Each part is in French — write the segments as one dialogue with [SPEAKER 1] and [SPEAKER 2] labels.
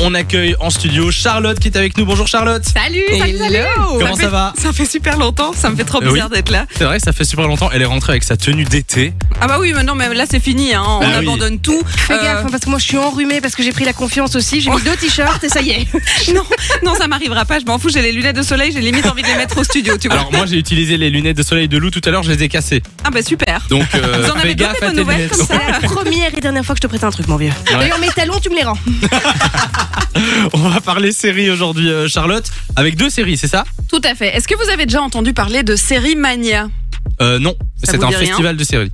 [SPEAKER 1] on accueille en studio Charlotte qui est avec nous. Bonjour Charlotte.
[SPEAKER 2] Salut, salut, salut.
[SPEAKER 3] Hello.
[SPEAKER 1] Comment
[SPEAKER 2] fait-
[SPEAKER 1] ça va
[SPEAKER 3] Ça fait super longtemps, ça me fait trop
[SPEAKER 1] Euh, oui.
[SPEAKER 3] bizarre d'être là.
[SPEAKER 1] C'est vrai, ça fait super longtemps. Elle est rentrée avec sa tenue d'été.
[SPEAKER 3] Ah bah oui, maintenant mais là c'est fini, hein, on
[SPEAKER 1] Bah oui.
[SPEAKER 3] abandonne tout.
[SPEAKER 2] Fais
[SPEAKER 3] Euh, Oh.
[SPEAKER 2] gaffe, hein, parce que moi je suis enrhumée parce que j'ai pris la confiance aussi. J'ai mis deux t-shirts et ça y est.
[SPEAKER 3] non, non, ça m'arrivera pas. Je m'en fous. J'ai les lunettes de soleil, j'ai limite envie de les mettre au studio, tu vois.
[SPEAKER 1] Alors moi j'ai utilisé les lunettes de soleil de loup tout à l'heure, je les ai cassées.
[SPEAKER 3] Ah bah super.
[SPEAKER 1] Donc euh,
[SPEAKER 3] Vous en
[SPEAKER 1] fais
[SPEAKER 3] avez donné
[SPEAKER 1] gaffe à
[SPEAKER 3] bonne
[SPEAKER 1] tes
[SPEAKER 3] nouvelle
[SPEAKER 1] lunettes.
[SPEAKER 3] comme ça
[SPEAKER 2] C'est la première et dernière fois que je te prête un truc, mon vieux. D'ailleurs, mes talons, tu me les rends.
[SPEAKER 1] On va parler série aujourd'hui euh, Charlotte avec deux séries, c'est ça
[SPEAKER 3] Tout à fait. Est-ce que vous avez déjà entendu parler de série mania
[SPEAKER 1] euh, non,
[SPEAKER 3] Ça
[SPEAKER 1] c'est
[SPEAKER 3] vous
[SPEAKER 1] un
[SPEAKER 3] dit rien
[SPEAKER 1] festival de séries.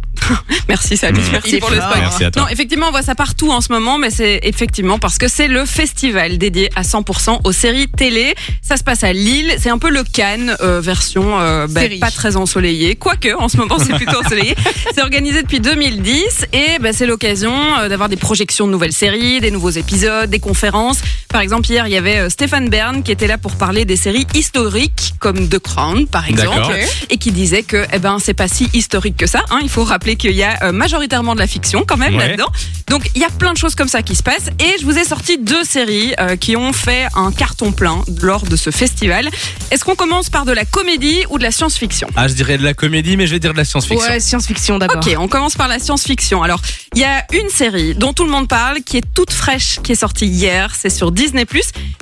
[SPEAKER 3] Merci Samy,
[SPEAKER 2] Il
[SPEAKER 3] merci
[SPEAKER 2] est
[SPEAKER 3] pour le
[SPEAKER 2] fort.
[SPEAKER 3] spoil.
[SPEAKER 1] Mmh. Merci à toi.
[SPEAKER 3] Non, effectivement, on voit ça partout en ce moment, mais c'est effectivement parce que c'est le festival dédié à 100% aux séries télé. Ça se passe à Lille, c'est un peu le Cannes euh, version euh, bah,
[SPEAKER 2] Série.
[SPEAKER 3] pas très ensoleillée, quoique en ce moment c'est plutôt ensoleillé. c'est organisé depuis 2010 et bah, c'est l'occasion euh, d'avoir des projections de nouvelles séries, des nouveaux épisodes, des conférences. Par exemple, hier, il y avait euh, Stéphane Bern qui était là pour parler des séries historiques comme The Crown, par
[SPEAKER 1] D'accord.
[SPEAKER 3] exemple et qui disait que eh ben c'est pas si historique que ça. hein. Il faut rappeler qu'il y a euh, majoritairement de la fiction quand même
[SPEAKER 1] Ouais.
[SPEAKER 3] là-dedans. Donc il y a plein de choses comme ça qui se passent. Et je vous ai sorti deux séries euh, qui ont fait un carton plein lors de ce festival. Est-ce qu'on commence par de la comédie ou de la science-fiction
[SPEAKER 1] Ah, je dirais de la comédie, mais je vais dire de la science-fiction.
[SPEAKER 2] Ouais, science-fiction d'abord.
[SPEAKER 3] Ok, on commence par la science-fiction. Alors, il y a une série dont tout le monde parle, qui est toute fraîche, qui est sortie hier, c'est sur Disney+.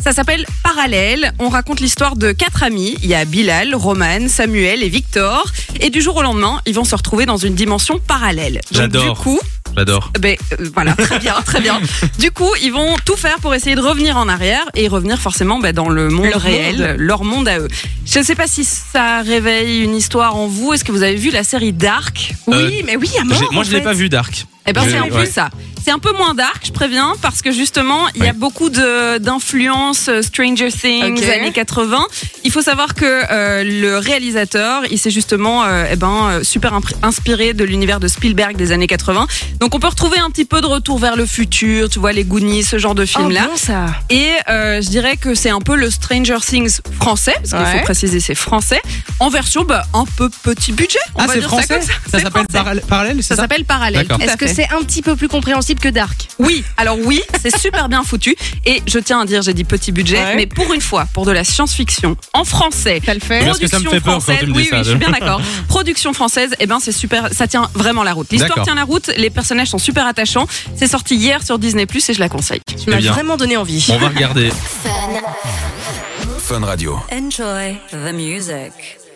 [SPEAKER 3] Ça s'appelle Parallèle. On raconte l'histoire de quatre amis. Il y a Bilal, Roman, Samuel et Victor. Et du jour au lendemain, ils vont se retrouver dans une dimension parallèle. Donc,
[SPEAKER 1] J'adore.
[SPEAKER 3] Du coup,
[SPEAKER 1] J'adore.
[SPEAKER 3] ben euh, voilà, très bien, très bien. Du coup, ils vont tout faire pour essayer de revenir en arrière et revenir forcément ben, dans le monde
[SPEAKER 2] Leur
[SPEAKER 3] réel,
[SPEAKER 2] monde.
[SPEAKER 3] leur monde à eux. Je ne sais pas si ça réveille une histoire en vous. Est-ce que vous avez vu la série Dark
[SPEAKER 1] Euh,
[SPEAKER 2] Oui, mais oui, à mort.
[SPEAKER 1] J'ai- Moi,
[SPEAKER 2] en
[SPEAKER 1] je l'ai
[SPEAKER 2] fait.
[SPEAKER 1] pas vu Dark.
[SPEAKER 3] eh ben
[SPEAKER 1] Je-
[SPEAKER 3] c'est un
[SPEAKER 1] ouais.
[SPEAKER 3] peu ça. C'est un peu moins dark, je préviens, parce que justement, il y a
[SPEAKER 1] Oui.
[SPEAKER 3] beaucoup de- d'influences euh, Stranger Things,
[SPEAKER 2] Ok.
[SPEAKER 3] années 80. Il faut savoir que euh, le réalisateur, il s'est justement euh, eh ben, euh, super impr- inspiré de l'univers de Spielberg des années 80. Donc on peut retrouver un petit peu de retour vers le futur, tu vois, les Goonies, ce genre de
[SPEAKER 2] Oh,
[SPEAKER 3] film-là.
[SPEAKER 2] bon, ça.
[SPEAKER 3] Et euh, je dirais que c'est un peu le Stranger Things français, parce qu'il
[SPEAKER 2] Ouais.
[SPEAKER 3] faut préciser c'est français, en version bah, un peu petit budget. On
[SPEAKER 1] Ah,
[SPEAKER 3] va
[SPEAKER 1] c'est
[SPEAKER 3] dire ça
[SPEAKER 1] français
[SPEAKER 3] comme ça.
[SPEAKER 1] Ça
[SPEAKER 3] C'est
[SPEAKER 1] s'appelle
[SPEAKER 3] français.
[SPEAKER 1] Parallèle- Parallèle, c'est
[SPEAKER 3] Ça
[SPEAKER 1] ça
[SPEAKER 3] s'appelle Parallèle.
[SPEAKER 1] D'accord.
[SPEAKER 3] tout à
[SPEAKER 2] Est-ce que
[SPEAKER 3] fait.
[SPEAKER 2] c'est un petit peu plus compréhensible que Dark
[SPEAKER 3] Oui, alors oui, c'est super bien foutu. Et je tiens à dire, j'ai dit petit budget,
[SPEAKER 2] Ouais.
[SPEAKER 3] mais pour une fois, pour de la science-fiction en français.
[SPEAKER 2] Ça le fait
[SPEAKER 1] Parce que ça me
[SPEAKER 3] production
[SPEAKER 1] fait peur quand
[SPEAKER 3] française,
[SPEAKER 1] tu me dis
[SPEAKER 3] oui,
[SPEAKER 1] ça,
[SPEAKER 3] oui, je suis
[SPEAKER 1] je-
[SPEAKER 3] bien d'accord. Production française, eh ben c'est super, ça tient vraiment la route. L'histoire
[SPEAKER 1] D'accord.
[SPEAKER 3] tient la route, les personnages sont super attachants. C'est sorti hier sur Disney et je la conseille.
[SPEAKER 2] Tu m'as
[SPEAKER 1] Eh bien.
[SPEAKER 2] vraiment donné envie.
[SPEAKER 1] On va regarder.
[SPEAKER 4] Enjoy the music.